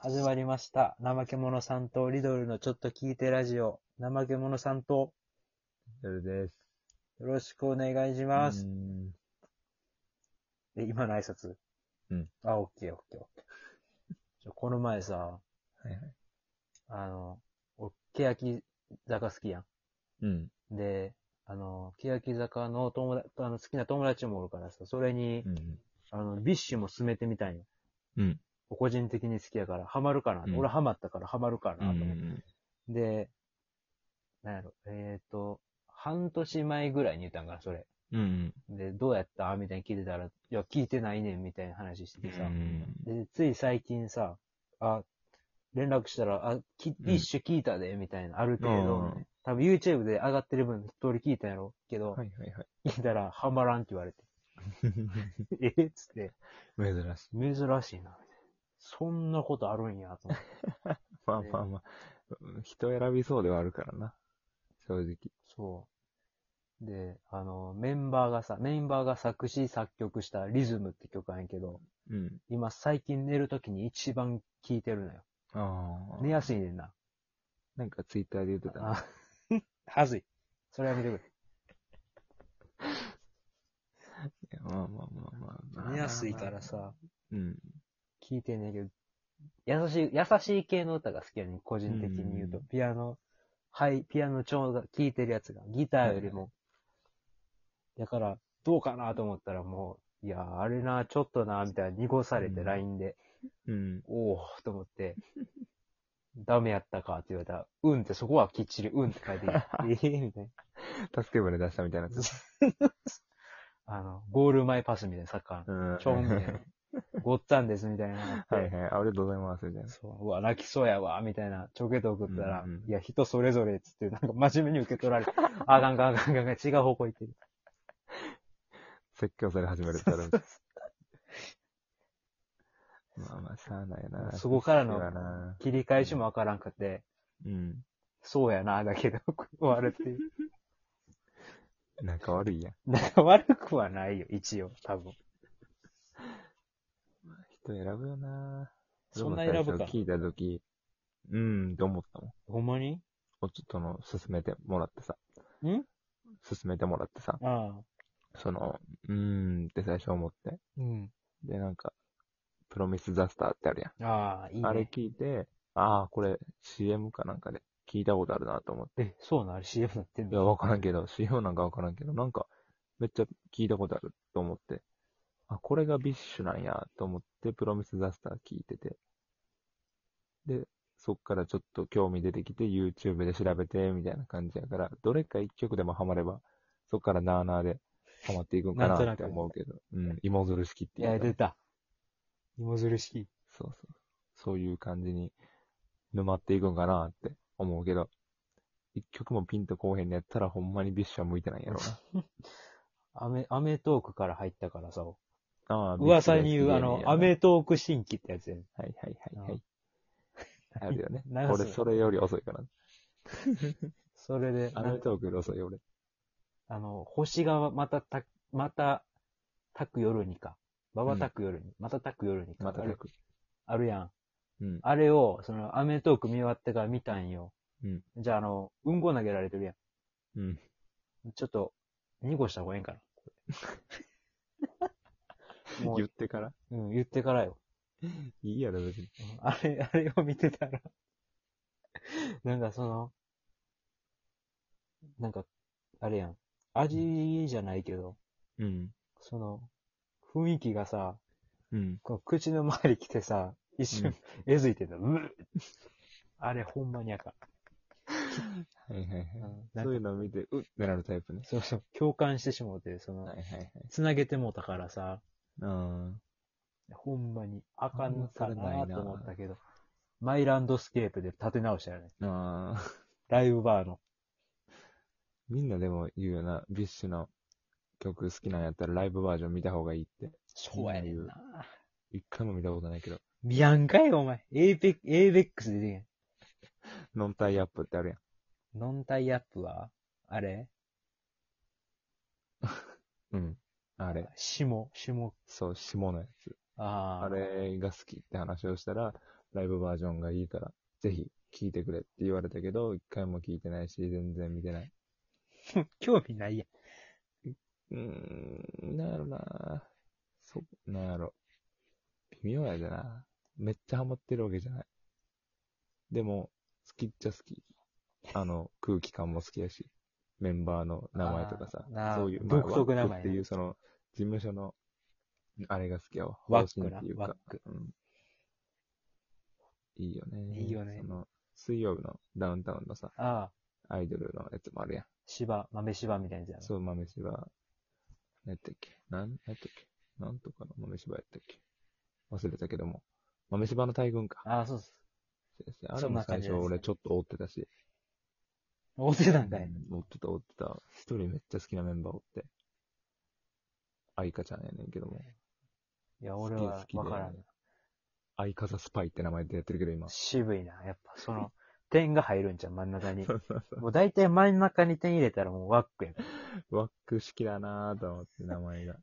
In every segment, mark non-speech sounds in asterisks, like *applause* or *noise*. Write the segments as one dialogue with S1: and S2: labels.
S1: 始まりました。怠け者さんとリドルのちょっと聞いてラジオ。怠け者さんと
S2: それです。
S1: よろしくお願いします
S2: う。ん
S1: で、今の挨拶。
S2: うん。
S1: あ、オッケーオッケーオッケー。ちょこの前さ、
S2: はいはい。
S1: あの、俺、欅坂好きや
S2: うん。
S1: ん。で、あの、欅坂の友達、あの、好きな友達もおるからさ、それに、
S2: うん。
S1: あの、ビッシュも勧めてみたんよ。
S2: うん。
S1: 個人的に好きやから、ハマるかな。
S2: うん
S1: 俺ハマったからハマるかなと
S2: う
S1: 思って。
S2: ん。
S1: で、なんやろ、えっ、と、半年前ぐらいに言ったんかな、それ。
S2: うん。
S1: で、どうやったみたいに聞いてたら、いや、聞いてないねん、みたいな話しててさ。
S2: うん
S1: で、つい最近さ、あ、連絡したら、あ、きビッシュ聞いたで、みたいな、ある程度、
S2: うん
S1: 多分 YouTube で上がってる分、一通り聞いたんやろ、けど、
S2: はいはいはい。
S1: 聞いたら、ハマらんって言われて。えっつって、
S2: 珍し
S1: 珍
S2: い。
S1: しいな、みたいな。そんなことあるんや、と思って。
S2: まあまあまあ、人選びそうではあるからな。正直。
S1: そう。で、あの、メンバーがさ、メンバーが作詞作曲したリズムって曲なんやけど、
S2: うん。
S1: 今最近寝るときに一番聴いてるのよ。
S2: ああ。
S1: 寝やすいねん
S2: *laughs*
S1: な。
S2: なんかツイッターで言ってたな。
S1: あはずい。それやめてく
S2: いやまあまあまあまあまあ。
S1: れ。寝やすいから。さ、
S2: うん。
S1: 聴いてんねんけど、優しい、優しい系の歌が好きやねん、個人的に言うと
S2: うん。
S1: ピアノ、はい、ピアノ調が聴いてるやつが、ギターよりも。だから、どうかなと思ったらもう、いやー、あれな、ちょっとな、みたいな濁され
S2: う
S1: て、
S2: ん
S1: LINE で。
S2: うん。
S1: おおと思って、ダメやったかって言われたら、うんってそこはきっちりうんって書いてきて、ええみたいな。
S2: 助け舟出したみたいなやつ。
S1: あの、ゴール前パスみたいなサッカー
S2: うん
S1: の、ちょんみたい
S2: は
S1: な、ごっつぁんですみたいなのがあっ
S2: い
S1: て。
S2: はい。ありがとうございます。みたいな。
S1: そう、うわ、泣きそうやわ、みたいな、ちょけて送ったら、
S2: うんうん
S1: いや、人それぞれっつって、なんか真面目に受け取られて、あかんかんかんかんかん、違う方向行ってる。
S2: 説教され始めるってある。まあまあ、しゃあないな。
S1: そこからの
S2: しゃあな
S1: 切り返しもわからんくて、
S2: うん。
S1: そうやな、だけど、終わるっていう。
S2: なんか悪いやん。
S1: なんか悪くはないよ、一応、多分。
S2: 人選ぶよな
S1: そんな選ぶ
S2: 俺も
S1: か
S2: 最。初聞いたとき、うん、って思ったもん。
S1: ほんまに
S2: おちょっとの、勧めてもらってさ。
S1: ん
S2: 勧めてもらってさ。
S1: ああ。
S2: その、うーんって最初思って。
S1: うん。
S2: で、なんか、プロミスザスターってあるやん。
S1: ああ、いいね。
S2: あれ聞いて、ああ、これ CM かなんかで聞いたことあるなと思って。
S1: え、そうなんあれ CM なってん
S2: いや、
S1: の
S2: わからんけど、CM なんかわからんけど、なんか、めっちゃ聞いたことあると思って。あ、これがビッシュなんやと思って、プロミスザスター聞いてて。で、そっからちょっと興味出てきて、YouTube で調べて、みたいな感じやから、どれか一曲でもハマれば、そっからなーなーでハマっていくんか
S1: なんとな
S2: なっ
S1: く
S2: て思うけど、うん、芋づる式って
S1: い
S2: いうか
S1: や、出た。芋づる式。
S2: そうそう。そういう感じに沼っていくんかなって思うけど、一曲もピンとこうへんのやったらほんまにビッシュは向いてないんやろうな。
S1: *laughs* アメ、アメトークから入ったからさ、
S2: ああ、
S1: 噂に言う、
S2: ビッ
S1: あ
S2: シュが好
S1: の、
S2: きや
S1: ア
S2: ねんや
S1: メトーク新規ってやつやね。。
S2: な。はいはいはいはい。あるよね
S1: *laughs* 流す
S2: 俺、それより遅いから。
S1: それで、
S2: ア
S1: な
S2: メトークより遅いよ、俺。
S1: あの、星がまたた、また、たく夜にか。ばばたく夜に、またたく夜にか。
S2: また
S1: あ
S2: 書
S1: る
S2: く。
S1: あるやん。
S2: うん。
S1: あれを、その、アメトーク見終わってから見たんよ。
S2: うん。
S1: じゃあ、あの、うんこ投げられてるや
S2: うん。
S1: ん。ちょっと、濁した方がいいんか
S2: *laughs*
S1: な。も
S2: 言
S1: う、
S2: ってから。
S1: うん、言ってからよ。
S2: いいやろ、別に。
S1: あれ、あれを見てたら、なんかその、なんか、あれやん。味じゃないけど、
S2: うん。
S1: その、雰囲気がさ、
S2: うん。
S1: こう口の周り来てさ、一瞬、 *laughs* えずいてんの。うっあれ、ほんまにあか
S2: はいはいはい
S1: ん。うんなん
S2: そう
S1: か
S2: いうのを見て、うっってなるタイプね。
S1: そうそう、共感してしもうて、そ
S2: はい
S1: の、
S2: はいはい。
S1: つなげてもうたからさ、
S2: うん。
S1: ほんまにあかんか
S2: あんまそれな
S1: ない
S2: な
S1: と思ったけど、マイランドスケープで立て直したよね。
S2: ああ。
S1: ライブバーの。
S2: みんなでも言うよな、ビッシュの曲好きなんやったらライブバージョン見た方がいいって。
S1: そうやねんな。
S2: 一回も見たことないけど、
S1: 見やんかいお前。エイペック、エイベックス出てけ
S2: ノンタイアップってあるやん。
S1: ん。ノンタイアップは、あれ
S2: うん。あれ、
S1: 下、下。
S2: そう、下のやつ。
S1: ああ。
S2: あれが好きって話をしたら、ライブバージョンがいいから、ぜひ聴いてくれって言われたけど、一回も聴いてないし、全然見てない。
S1: *laughs* 興味ないやん。
S2: うーん、なんやろなそ、なんやろ。微妙やでな。めっちゃハマってるわけじゃない。でも、好きっちゃ好き。あの、空気感も好きやし、メンバーの名前とかさ
S1: あーな、あ
S2: そういう、
S1: 独特な名前
S2: ワックっていう、その、事務所の、あれが好きやわ。
S1: ワックな
S2: 方針っていう
S1: ワ
S2: か
S1: ック。
S2: うんいいよね。
S1: いいよね
S2: その、水曜日のダウンタウンのさ、
S1: ああ、
S2: アイドルのやつもあるやん。
S1: 芝、豆芝みたいなやつやろ。
S2: そう、豆柴。何やったっけ何やったっけなんとかの豆柴やったっけ忘れたけども。豆柴の大群か。
S1: ああ、そうです。
S2: あ
S1: そ
S2: れ
S1: ん
S2: も
S1: な感
S2: 最
S1: じ
S2: 初
S1: です
S2: 俺ちょっと追ってたし。
S1: 追ってたんかい。
S2: うん追ってた追ってた。一人めっちゃ好きなメンバーおって。愛花ちゃんやねんけども。
S1: いや、俺は
S2: 好きで
S1: わ
S2: 好きで
S1: からん。
S2: 愛花スパイって名前でやってるけ
S1: *laughs*
S2: ど今。
S1: 渋いな。やっぱその、点が入るんじゃん、真ん中 *laughs* に
S2: そ。うそうそ
S1: もう大体真ん中に点入れたらもうワックやから。
S2: う。ワック式だなぁと思って名前が。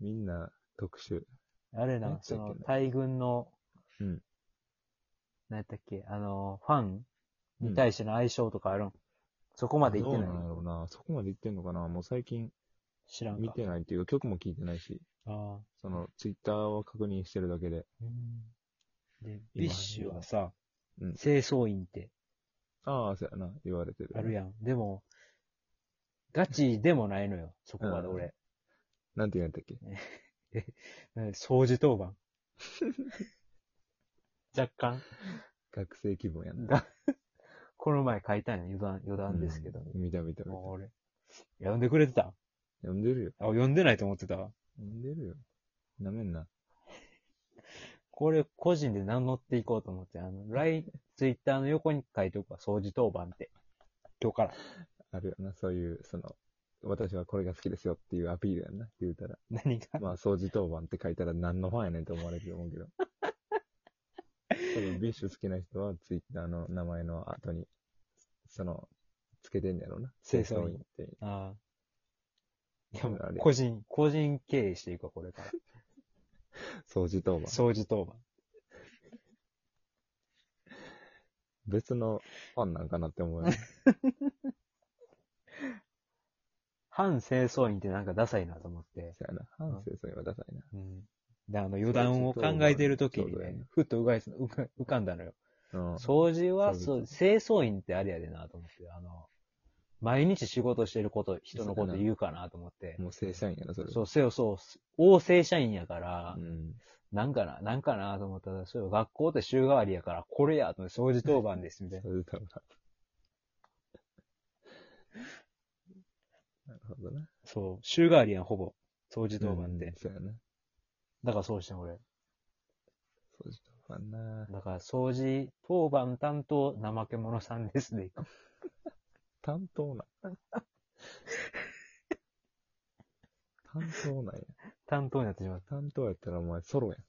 S2: みんな特殊。
S1: あれ
S2: なん
S1: な、
S2: つ
S1: そ
S2: うやっけな
S1: の、大群の、
S2: うん。
S1: 何やったっけ、あの、ファンに対しての相性とかあるん、そこまでいってない
S2: どうなんだろうなそこまで行ってんのかなもう最近
S1: 知らんか。
S2: 見てないっていうか曲も聴いてないし。
S1: ああ。
S2: その、ツイッターを確認してるだけで。
S1: うんで、
S2: 今
S1: ビッシュはさ、
S2: うん
S1: 清掃員って
S2: ああ、そうやな、言われてる。
S1: あるやん。でも、ガチでもないのよ、そこまで
S2: うん
S1: 俺。
S2: なんて言うんやったっけ
S1: うん掃除当
S2: *laughs*
S1: 番。若干。
S2: 学生気分やな。
S1: が、この前書いたんや、余談、余談ですけど。
S2: うん見た見た見
S1: もう
S2: た。
S1: 俺。読んでくれてた
S2: 読んでるよ。
S1: あ、読んでないと思ってたわ
S2: 読んでるよ。なめんな。
S1: これ個人で名乗っていこうと思って、あの、LINE、Twitter の横に書いておくわ、掃除当番って。今日から。
S2: あるよな、そういう、その、私はこれが好きですよっていうアピールやんな、言う
S1: *laughs*
S2: たら。
S1: 何が
S2: まあ、掃除当番って書いたら何のファンやねんと思われると思うけど。多分、ビッシュ好きな人は、ツイッターの名前の後に、その、つけてんやろうな。
S1: 清掃員
S2: って。
S1: ああ。いや、も
S2: あ
S1: う
S2: れ
S1: 個人、個人経営していくわ、これから。
S2: *laughs* 掃除当番。
S1: 掃除当番。
S2: 別のファンなんかなって思うよね。
S1: 反清掃員ってなんかダサいなと思って。
S2: そうやな。反省それはダサいな。
S1: うん。で、あの、余談を考えてる時に
S2: そうだよ
S1: ね
S2: ね、
S1: ふっとうがいす浮か浮かんだのよ。
S2: うん。
S1: 掃除は、
S2: そ
S1: そうう、清掃員ってあれやでなと思って、あの、毎日仕事してること、人のこと言うかなと思って。
S2: もう正社員やな、それは。
S1: そう、そう、そう、大正社員やから、
S2: うん。
S1: なんかな、なんかなと思ったら、そう、学校って週替わりやから、これや、と思って掃除当番です、みたいな。
S2: それだわ。なるほどな。
S1: *laughs* そう、週替わりやん、ほぼ。掃除当番で。
S2: うんそうやな。
S1: だからそうしてん、俺。
S2: そうじ当番な。
S1: だから、掃除当番担当、怠け者さんですで、
S2: 担当なん。担当なんや。
S1: *laughs* 担当になってしまっ
S2: 担当やったらお前ソロやん。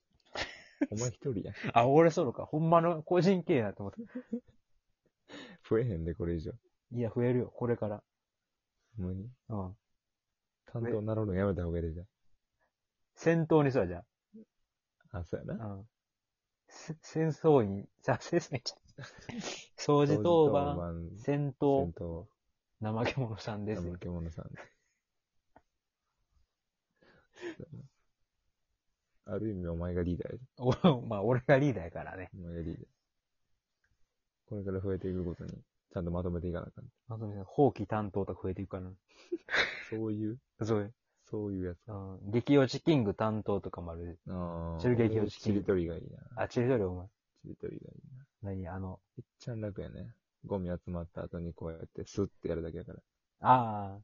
S2: お前一人やん。
S1: た。あ、俺ソロか。ほんまの個人経営だと思った。
S2: 増えへんで、これ以上。
S1: いや、増えるよ、これから。
S2: ほんまに。
S1: うん。
S2: 担当なるのやめた方がいいじ
S1: 先頭にそうやじゃ
S2: ゃん。あ、そうやな。
S1: あうん。せ *laughs* 戦争員、さ、戦争員ちゃう掃除当番、
S2: 番
S1: 先頭
S2: 戦、闘。
S1: 怠け者さんです。
S2: 怠け者さん。ある意味お前がリーダーやで。
S1: お *laughs* まあ、俺がリーダーやからね。
S2: お前がリーダー。これから増えていくごとに、ちゃんとまとめていかなあかん。
S1: まとめて、放棄担当とか増えていくからな。
S2: そういう、
S1: そう。
S2: そういうやつ。
S1: うん。激落ちキング担当とかもある。
S2: ああ。
S1: ちょい激落ち
S2: ちりとりがいいな。
S1: あ、ちりとりお前。
S2: ちりとりがいいな。
S1: 何あの、
S2: いっちゃん楽やね。ゴミ集まった後にこうやってスッてやるだけやから。
S1: ああ。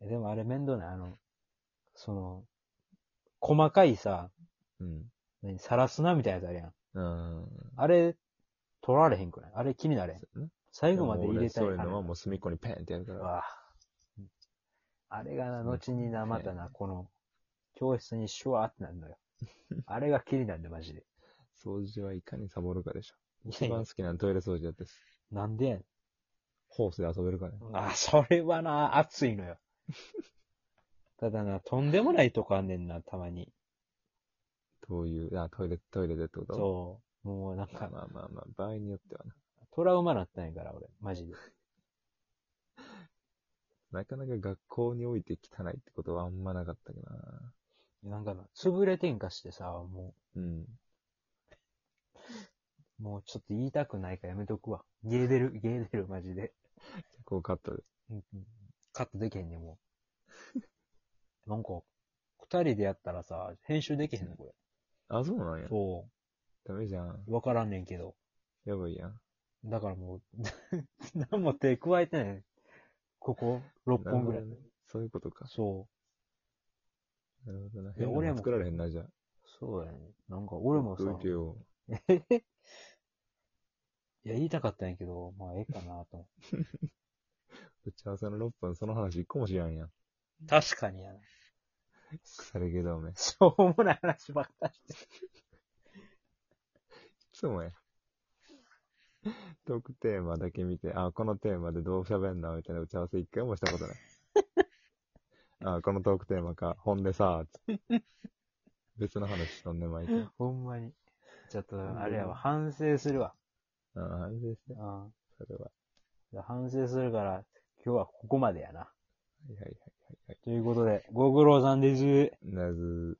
S1: えでもあれ面倒ない。あの、その、細かいさ、
S2: うん。
S1: 何、さらすなみたいなやつあるやん。
S2: うん。
S1: あれ、取られへんくないあれ気になれん。
S2: そうやな
S1: 最後まで入れたいか
S2: もう俺そういう
S1: ら。
S2: のはもう隅っこにペンってやるから。
S1: わああれがな、
S2: そう
S1: 後にな、またな、この、教室にシュワーってなる *laughs* のよ。あれが気になるんで、マジで。
S2: 掃除はいかにサボるかでしょ。
S1: い
S2: 一
S1: やいや
S2: 番好きなのトイレ掃除やってす。
S1: なんでやねん。
S2: ホースで遊べるからね。
S1: あ、それはな、熱いのよ。ただな、とんでもないとこあんねんな、たまに。
S2: どういう、あ、トイレ、トイレでってこと
S1: そう。もうなん
S2: ま
S1: か、
S2: あまあまあまあ、場合によってはな。
S1: トラウマなったんやから、俺。マジで。
S2: なかなか学校において汚いってことはあんまなかったけどな。
S1: なんかな、潰れてんかしてさ、も
S2: うん。
S1: う、もうちょっと言いたくないからやめとくわ。ゲー出る、ゲー出る、マジで。
S2: こうカットで。
S1: うんうんカットできへんねん、もう。 *laughs* なんか、二人でやったらさ、編集できへんの、こ
S2: あ、そうなん
S1: れ。
S2: や。
S1: そ
S2: ダメじゃん。
S1: う。わからんねんけど。
S2: やばいやん。
S1: だからもう、 *laughs* 何も手加えてない。ここ、6本ぐらい
S2: なるほど。ねそういうことか。
S1: そ
S2: なるほどな。
S1: や
S2: 変な
S1: 俺
S2: の
S1: も
S2: 作られへんな、じゃあ。
S1: う。そうやね。なんか、俺もさ、
S2: どいてよ。
S1: *laughs* いや、言いたかったんやけど、まあ、ええかなと思って。
S2: 打ち合わせの6分、その話一個も知らんやん。
S1: *laughs* 確かにやな。
S2: 腐れ毛だ、おめ。い
S1: しょうもない話ばっかりして。
S2: つもや。トークテーマだけ見て、あ、このテーマでどう喋んのみたいな打ち合わせ一回もしたことない。あ、このトークテーマか。ほんでさ、つって別の話しとんね、毎回。
S1: *laughs* ほんまに。ちょっと、
S2: ん
S1: あれやわ、反省するわ。
S2: あ、あれです
S1: う
S2: ね。
S1: ん。
S2: それは。は
S1: 反省するから、今日はここまでやな。
S2: いはいはいはい。
S1: ということで、ご苦労さんです。
S2: なず